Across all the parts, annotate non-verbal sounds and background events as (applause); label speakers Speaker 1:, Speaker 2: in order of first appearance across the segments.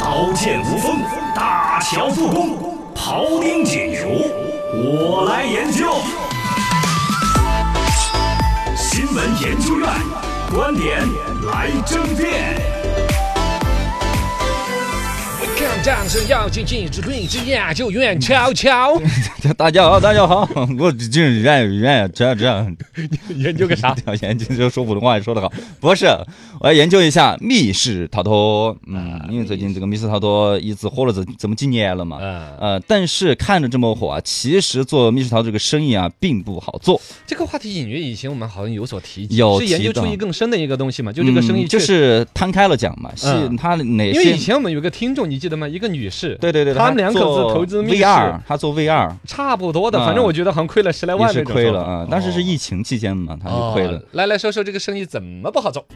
Speaker 1: 刀剑无锋，大乔复工，庖丁解牛，我来研究。新闻研究院观点来争辩。
Speaker 2: 抗战是要进进之论之研究院悄
Speaker 3: (laughs)
Speaker 2: 悄
Speaker 3: 大家好，大家好， (laughs) 我真人人这这
Speaker 2: (laughs) 研究个
Speaker 3: (laughs)
Speaker 2: 啥？
Speaker 3: 条件就是说普通话也说得好，不是，我要研究一下密室逃脱。嗯
Speaker 2: 啊，
Speaker 3: 因为最近这个密室逃脱一直火了这这么几年了嘛。
Speaker 2: 嗯，
Speaker 3: 呃，但是看着这么火啊，其实做密室逃脱这个生意啊，并不好做。
Speaker 2: 这个话题隐约以前我们好像有所提及，
Speaker 3: 有
Speaker 2: 是研究
Speaker 3: 提到
Speaker 2: 出一更深的一个东西嘛？就这个生意
Speaker 3: 嗯
Speaker 2: 确
Speaker 3: 就
Speaker 2: 实，
Speaker 3: 是摊开了讲嘛，是
Speaker 2: 嗯
Speaker 3: 他哪
Speaker 2: 因为以
Speaker 3: 些？
Speaker 2: 前我们有个听众，你记得吗？一个女士，
Speaker 3: 对对对，
Speaker 2: 他们两口子
Speaker 3: 做
Speaker 2: 投资密室
Speaker 3: VR，他做 VR
Speaker 2: 差不多的，
Speaker 3: 嗯
Speaker 2: 反正我觉得好像亏了十来
Speaker 3: 也
Speaker 2: 万
Speaker 3: 是
Speaker 2: 那种
Speaker 3: 亏
Speaker 2: 说
Speaker 3: 了
Speaker 2: 法
Speaker 3: 啊，当时是
Speaker 2: 哦
Speaker 3: 疫情期间嘛，他就亏了
Speaker 2: 哦。来来说说这个生意怎么不好做？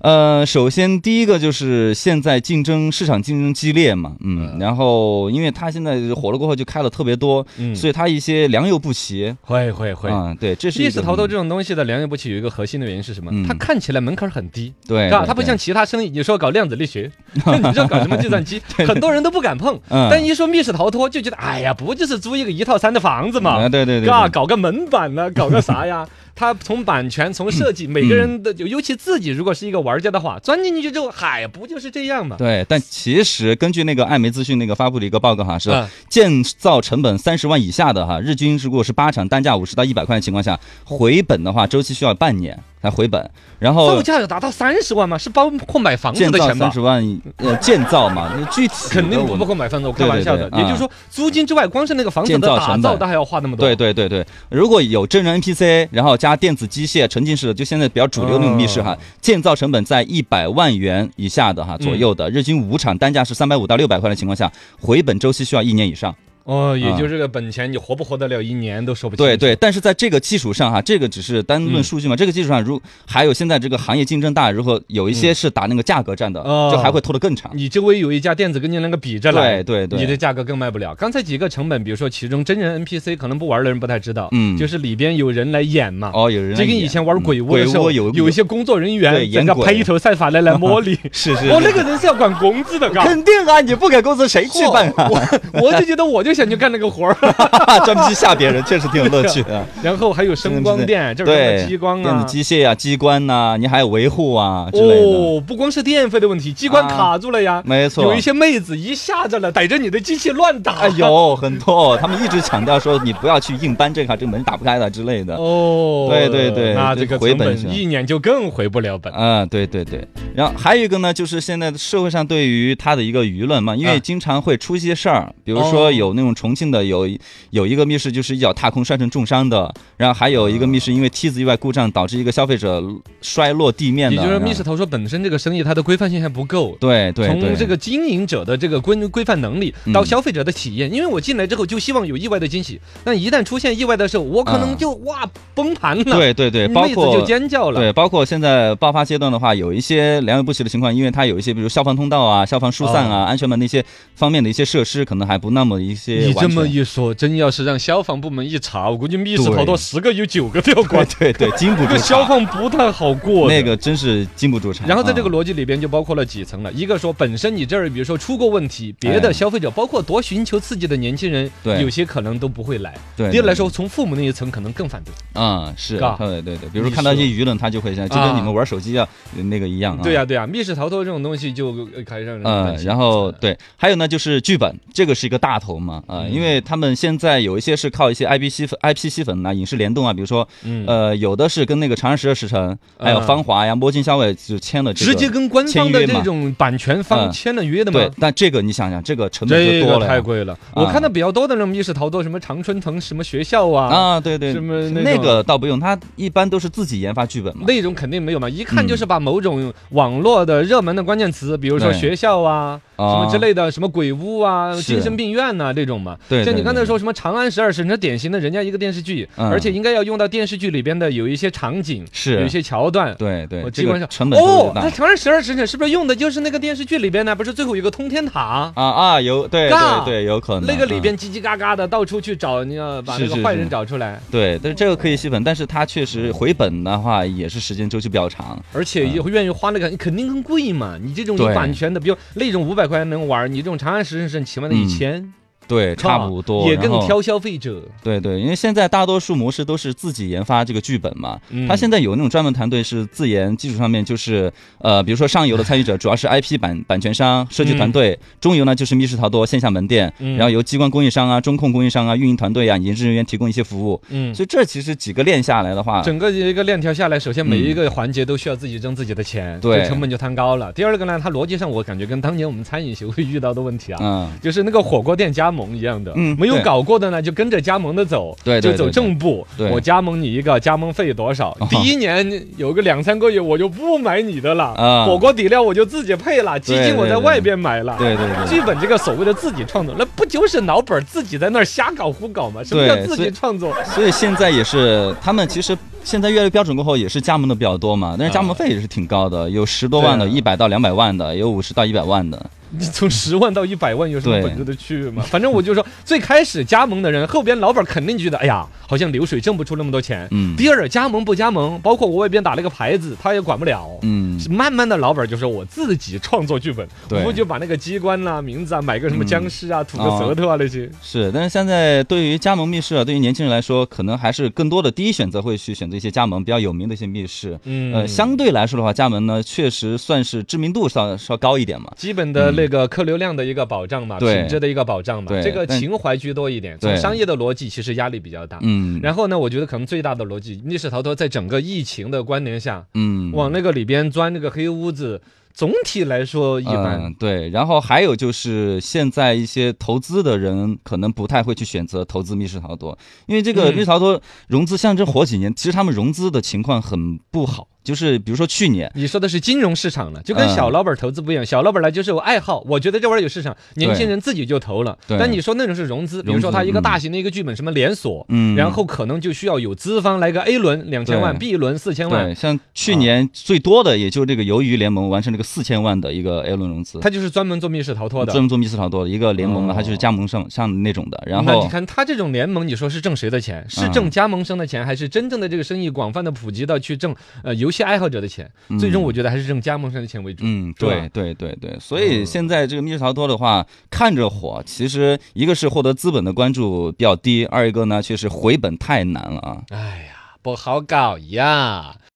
Speaker 3: 呃，首先第一个就是现在竞争市场竞争激烈嘛，嗯，
Speaker 2: 嗯
Speaker 3: 然后因为它现在火了过后就开了特别多，
Speaker 2: 嗯
Speaker 3: 所以它一些良莠不齐，
Speaker 2: 会会会。
Speaker 3: 嗯，对，这是一
Speaker 2: 密
Speaker 3: 个
Speaker 2: 室逃脱这种东西的良莠不齐，有一个核心的原因是什么？
Speaker 3: 嗯
Speaker 2: 它看起来门槛很低，
Speaker 3: 对，
Speaker 2: 是吧？
Speaker 3: 对
Speaker 2: 它不
Speaker 3: 对
Speaker 2: 像其他生意，你说搞量子力学， (laughs) 你说搞什么计算
Speaker 3: (laughs)
Speaker 2: 机，很多人都不敢碰。
Speaker 3: 嗯，
Speaker 2: 但一说密室逃脱，就觉得哎呀，不就是租一个一套三的房子
Speaker 3: 啊，
Speaker 2: 吗？
Speaker 3: 对对对
Speaker 2: 嘎，
Speaker 3: 对，
Speaker 2: 搞个门板呢、搞个啥呀？他从版权、从设
Speaker 3: 嗯
Speaker 2: 计，每个人的，尤其自己如果是一个玩家的话，钻进去之后，嗨，不就是这样吗？
Speaker 3: 对，但其实根据那个艾媒资讯那个发布的一个报告哈，是
Speaker 2: 嗯
Speaker 3: 建造成本三十万以下的哈，日均如果是八场单价五十到一百块的情况下，回本的话周期需要半年才回本，然后
Speaker 2: 造价有达到三十万吗？是包括买房子
Speaker 3: 建
Speaker 2: 的
Speaker 3: 造
Speaker 2: 钱吧
Speaker 3: 三十？万，呃，建造嘛，那具体的
Speaker 2: 肯定
Speaker 3: 我
Speaker 2: 不
Speaker 3: 们
Speaker 2: 包括买房子，我开玩笑的
Speaker 3: 对。对对啊
Speaker 2: 也就是说，租金之外，光是那个房子的
Speaker 3: 建造
Speaker 2: 打
Speaker 3: 成
Speaker 2: 造，
Speaker 3: 本
Speaker 2: 它还要花那么多。
Speaker 3: 对对对对，如果有真人 NPC，然后加电子机械沉浸式的，就现在比较主流的那种密室哈，建造成本在一百万元以下的哈
Speaker 2: 嗯
Speaker 3: 左右的，日均五场单价是三百五到六百块的情况下，回本周期需要一年以上。
Speaker 2: 哦，也
Speaker 3: 啊
Speaker 2: 就是这个本钱，你活不活得了一年都说不清。嗯
Speaker 3: 对对，，但是在这个基础上哈，这个只是单论数据嘛，这个基础上如还有现在这个行业竞争大，如果有一些是打那个价格战的，
Speaker 2: 哦
Speaker 3: 就还会拖得更长。
Speaker 2: 你周围有一家店子跟你那个比着来
Speaker 3: 对，对对，
Speaker 2: 你的价格更卖不了。刚才几个成本，比如说其中真人 NPC 可能不玩的人不太知道，
Speaker 3: 嗯
Speaker 2: 就是里边有人来演嘛。
Speaker 3: 哦，有人
Speaker 2: 就跟以前玩鬼
Speaker 3: 屋
Speaker 2: 屋的
Speaker 3: 鬼
Speaker 2: 时候，
Speaker 3: 屋有
Speaker 2: 有一些工作人员
Speaker 3: 对
Speaker 2: 在
Speaker 3: 演
Speaker 2: 那
Speaker 3: 鬼
Speaker 2: 披头散发的来摸你，
Speaker 3: (laughs) 是是，
Speaker 2: (laughs) 我那个人是要管工资的，嘎。
Speaker 3: (laughs) 肯定啊，你不给工资谁去
Speaker 2: 嚯
Speaker 3: 办啊？
Speaker 2: 我我就觉得我就想去干那个活儿，
Speaker 3: (laughs) 专门去吓别人，确实挺有
Speaker 2: (laughs)
Speaker 3: 乐趣的。
Speaker 2: 然后还有声光电，这
Speaker 3: 对，
Speaker 2: 种激光
Speaker 3: 电
Speaker 2: 啊
Speaker 3: 子，机械呀、机关呐、你还有维护啊之类的。
Speaker 2: 哦，不光是电费的问题，机关
Speaker 3: 啊
Speaker 2: 卡住了呀，
Speaker 3: 没错，
Speaker 2: 有一些妹子一下子了，逮着你的机器乱打，
Speaker 3: 哎有很多，他们一直强调说你不要去硬搬这个，这个门打不开的之类 (laughs) 的。
Speaker 2: 哦，
Speaker 3: 对对对
Speaker 2: 那
Speaker 3: 这
Speaker 2: 这个
Speaker 3: 回
Speaker 2: 成
Speaker 3: 本
Speaker 2: 本
Speaker 3: 是吧
Speaker 2: 一年就更回不了本。
Speaker 3: 啊、对对对，然后还有一个呢，就是现在社会上对于他的一个舆论嘛，因为
Speaker 2: 啊
Speaker 3: 经常会出一些事儿，比如
Speaker 2: 哦
Speaker 3: 说有那种重庆的有一有一个密室就是一脚踏空摔成重伤的，然后还有一个
Speaker 2: 哦
Speaker 3: 密室因为梯子意外故障导致一个消费者摔落地面的，
Speaker 2: 也就是说，
Speaker 3: 然后
Speaker 2: 密室逃脱本身这个生意它的规范性还不够。
Speaker 3: 对对对，
Speaker 2: 从这个经营者的这个规规范能力
Speaker 3: 嗯
Speaker 2: 到消费者的体验，因为我进来之后就希望有意外的惊喜，但一旦出现意外的时候，我可能
Speaker 3: 啊
Speaker 2: 就哇崩盘了，，
Speaker 3: 对对对，包
Speaker 2: 嗯妹子
Speaker 3: 括
Speaker 2: 就尖叫了，
Speaker 3: 对，包括现在爆发阶段的话，有一些良莠不齐的情况，因为它有一些比如消防通道啊、消防疏散啊、安全门的一些方面的一些设施，可能还不那么一些
Speaker 2: 你
Speaker 3: 完
Speaker 2: 这么
Speaker 3: 全。
Speaker 2: 一说，真要是让消防部门一查，我估计密室
Speaker 3: 对，
Speaker 2: 逃脱十个有九个都要关
Speaker 3: (laughs) 对对，禁不
Speaker 2: 这
Speaker 3: 住
Speaker 2: 个消
Speaker 3: 查，
Speaker 2: 防不太好过。
Speaker 3: 那。个真是禁不住查。
Speaker 2: 然后在这个
Speaker 3: 啊
Speaker 2: 逻辑里边就包括了几层了，一个说本身你这儿比如说出过问题，别的
Speaker 3: 哎
Speaker 2: 消费者包括多寻求刺激的年轻人，
Speaker 3: 对
Speaker 2: 有些可能都不会来。
Speaker 3: 对
Speaker 2: 第二来说，从父母那一层可能更反对。
Speaker 3: 啊，是，
Speaker 2: 嘎
Speaker 3: 对对对，比如
Speaker 2: 你
Speaker 3: 说看到一些
Speaker 2: 说
Speaker 3: 舆论，他就会像就
Speaker 2: 啊
Speaker 3: 跟你们玩手机啊那个一样啊。
Speaker 2: 对呀、对呀、密室逃脱这种东西就呃开始让人
Speaker 3: 呃
Speaker 2: 担，心
Speaker 3: 然后对，还有呢就是剧本，这个是一个大头嘛，
Speaker 2: 嗯
Speaker 3: 呃，因为他们现在有一些是靠一些 IP 吸粉、IP 吸粉呐、影视联动啊，比如说，
Speaker 2: 嗯
Speaker 3: 呃，有的是跟那个《长安十二时辰》还有
Speaker 2: 嗯
Speaker 3: 《芳华》呀、《摸金校尉》就签了这个，
Speaker 2: 直接跟官方
Speaker 3: 签
Speaker 2: 的
Speaker 3: 约
Speaker 2: 这
Speaker 3: 嘛
Speaker 2: 种版权方
Speaker 3: 嗯
Speaker 2: 签了约的吗？
Speaker 3: 对，但这个你想想，这个成本
Speaker 2: 这
Speaker 3: 就
Speaker 2: 个
Speaker 3: 多了
Speaker 2: 太
Speaker 3: 呀。
Speaker 2: 贵了，
Speaker 3: 啊
Speaker 2: 我看到比较多的那种密室逃脱，什么常春藤什么学校啊，
Speaker 3: 啊，对对，
Speaker 2: 什么那
Speaker 3: 那
Speaker 2: 种
Speaker 3: 个倒不用，他一般都是自己研发剧本嘛。嗯
Speaker 2: 那种肯定没有嘛，一看就是把某种网络的热门的关键词，比如说
Speaker 3: 对
Speaker 2: 学校啊，什么
Speaker 3: 啊
Speaker 2: 之类的，什么鬼屋啊、
Speaker 3: 是
Speaker 2: 精神病院呐、这种嘛。
Speaker 3: 对对
Speaker 2: 像你刚才
Speaker 3: 对
Speaker 2: 说什么《长安十二时辰》，这典型的人家一个电视剧，
Speaker 3: 嗯
Speaker 2: 而且应该要用到电视剧里边的有一些场景，
Speaker 3: 是
Speaker 2: 有一些桥段。
Speaker 3: 对对
Speaker 2: 我，
Speaker 3: 这
Speaker 2: 基本
Speaker 3: 个
Speaker 2: 上
Speaker 3: 成本特
Speaker 2: 哦那
Speaker 3: 别，
Speaker 2: 《
Speaker 3: 大
Speaker 2: 长安十二时辰》是不是用的就是那个电视剧里边呢？不是最后有个通天塔，
Speaker 3: 啊啊，有对
Speaker 2: 嘎
Speaker 3: 对对，有可能
Speaker 2: 那个里
Speaker 3: 嗯
Speaker 2: 边叽叽嘎嘎的，到处去找，你要把那
Speaker 3: 是
Speaker 2: 个
Speaker 3: 是
Speaker 2: 坏
Speaker 3: 是
Speaker 2: 人找出来。
Speaker 3: 对，但是这个可以吸粉，但是它确实回本的话也是时间周期比较长。
Speaker 2: 而且也会愿意花那个，肯定更贵嘛。你这种有
Speaker 3: 嗯对
Speaker 2: 版权的，比如那种五百百块钱能玩，你这种长安十胜胜起码得
Speaker 3: 嗯
Speaker 2: 一千，啊
Speaker 3: 对，差不多，
Speaker 2: 也
Speaker 3: 然
Speaker 2: 更
Speaker 3: 后
Speaker 2: 挑消费者。
Speaker 3: 对对，因为现在大多数模式都是自己研发这个剧本嘛，
Speaker 2: 嗯
Speaker 3: 他现在有那种专门团队是自研基础上面就是呃，比如说上游的参与者主要是 IP 版版权商、设计团队，中游呢就是密室逃脱线下门店，
Speaker 2: 嗯
Speaker 3: 然后由机关供应商啊、中控供应商啊、运营团队啊、研制人员提供一些服务。
Speaker 2: 嗯，
Speaker 3: 所以这其实几个链下来的话，
Speaker 2: 整个一个链条下来，首先每一个环节都需要自己挣自己的钱，
Speaker 3: 对
Speaker 2: 这成本就摊高了。第二个呢，它逻辑上我感觉跟当年我们餐饮协会遇到的问题啊。
Speaker 3: 嗯，
Speaker 2: 就是那个火锅店加盟一样的，
Speaker 3: 嗯
Speaker 2: 没有
Speaker 3: 对
Speaker 2: 搞过的呢，就跟着加盟的走，
Speaker 3: 对对
Speaker 2: 就走
Speaker 3: 对对
Speaker 2: 正步。
Speaker 3: 对
Speaker 2: 我加盟你一个，加盟费多少
Speaker 3: 哦？
Speaker 2: 第一年有个两三个月，我就不买你的了，
Speaker 3: 啊
Speaker 2: 火锅底料我就自己配了，鸡
Speaker 3: 对
Speaker 2: 精我
Speaker 3: 对
Speaker 2: 在
Speaker 3: 对
Speaker 2: 外边买了。
Speaker 3: 对对对。
Speaker 2: 剧本这个所谓的自己创作，那不就是老本儿自己在那儿瞎搞胡搞吗？什么
Speaker 3: 对
Speaker 2: 叫自
Speaker 3: 所以
Speaker 2: 己创作？
Speaker 3: 所以现在也是，他们其实现在越来越标准过后，也是加盟的比较多嘛，但是加盟费也是挺高的，有十多万的，
Speaker 2: 啊对啊
Speaker 3: 一百到两百万的，也有五十到一百万的。
Speaker 2: 你从十万到一百万有什么
Speaker 3: 对
Speaker 2: 本质的区别吗？反正我就说，最开始加盟的人，后边老板肯定觉得，哎呀，好像流水挣不出那么多钱。
Speaker 3: 嗯
Speaker 2: 第二，加盟不加盟，包括我外边打了个牌子，他也管不了。
Speaker 3: 嗯，
Speaker 2: 是慢慢的，老板就说我自己创作剧本，
Speaker 3: 对
Speaker 2: 我就把那个机关啦、名字啊，买个什么僵尸啊、吐个
Speaker 3: 哦
Speaker 2: 舌头啊那些。
Speaker 3: 是，但是现在对于加盟密室啊，对于年轻人来说，可能还是更多的第一选择会去选择一些加盟比较有名的一些密室。
Speaker 2: 嗯
Speaker 3: 呃，相对来说的话，加盟呢确实算是知名度稍稍高一点嘛。
Speaker 2: 基本的那个客流量的一个保障嘛，
Speaker 3: 嗯对
Speaker 2: 品质的一个保障嘛，
Speaker 3: 对
Speaker 2: 这个
Speaker 3: 但
Speaker 2: 情怀居多一点。从
Speaker 3: 对
Speaker 2: 商业的逻辑，其实压力比较大。
Speaker 3: 嗯，
Speaker 2: 然后呢，我觉得可能最大的逻辑，密室逃脱在整个疫情的关联下，
Speaker 3: 嗯，
Speaker 2: 往那个里边钻那个黑屋子，总体来说一般。
Speaker 3: 嗯，对。然后还有就是，现在一些投资的人可能不太会去选择投资密室逃脱，因为这个
Speaker 2: 嗯
Speaker 3: 密室逃脱融资像这火几年，其实他们融资的情况很不好。就是比如说去年，
Speaker 2: 你说的是金融市场了，就跟
Speaker 3: 嗯
Speaker 2: 小老板投资不一样。小老板来就是我爱好，我觉得这玩意儿有市场，年轻
Speaker 3: 对
Speaker 2: 人自己就投了。
Speaker 3: 对
Speaker 2: 但你说那种是融资，比如
Speaker 3: 融
Speaker 2: 说
Speaker 3: 资
Speaker 2: 他一个
Speaker 3: 嗯
Speaker 2: 大型的一个剧本，什么连锁，
Speaker 3: 嗯
Speaker 2: 然后可能就需要有资方来个 A 轮两千万
Speaker 3: 对
Speaker 2: ，B 轮四千万
Speaker 3: 对，，像去
Speaker 2: 啊
Speaker 3: 年最多的也就这个鱿鱼联盟完成了个四千万的一个 A 轮融资。
Speaker 2: 他就是专门做密室逃脱的
Speaker 3: 专。门做密室逃脱的一个联盟
Speaker 2: 哦
Speaker 3: 啊的，它就是加盟上上那种的。然
Speaker 2: 那你
Speaker 3: 后，嗯
Speaker 2: 看他这种联盟，你说是挣谁的钱？是挣加盟商的钱，还是真正的这个生意广泛的普及到去挣呃游戏爱好者的钱？最终我觉得还是挣加盟商的钱为主。
Speaker 3: 嗯，
Speaker 2: 是吧嗯
Speaker 3: 对对对对，所以现在这个密室逃脱的话，看着火，其实一个是获得资本的关注比较低，二一个呢，确实回本太难了啊。
Speaker 2: 哎呀，不好搞呀。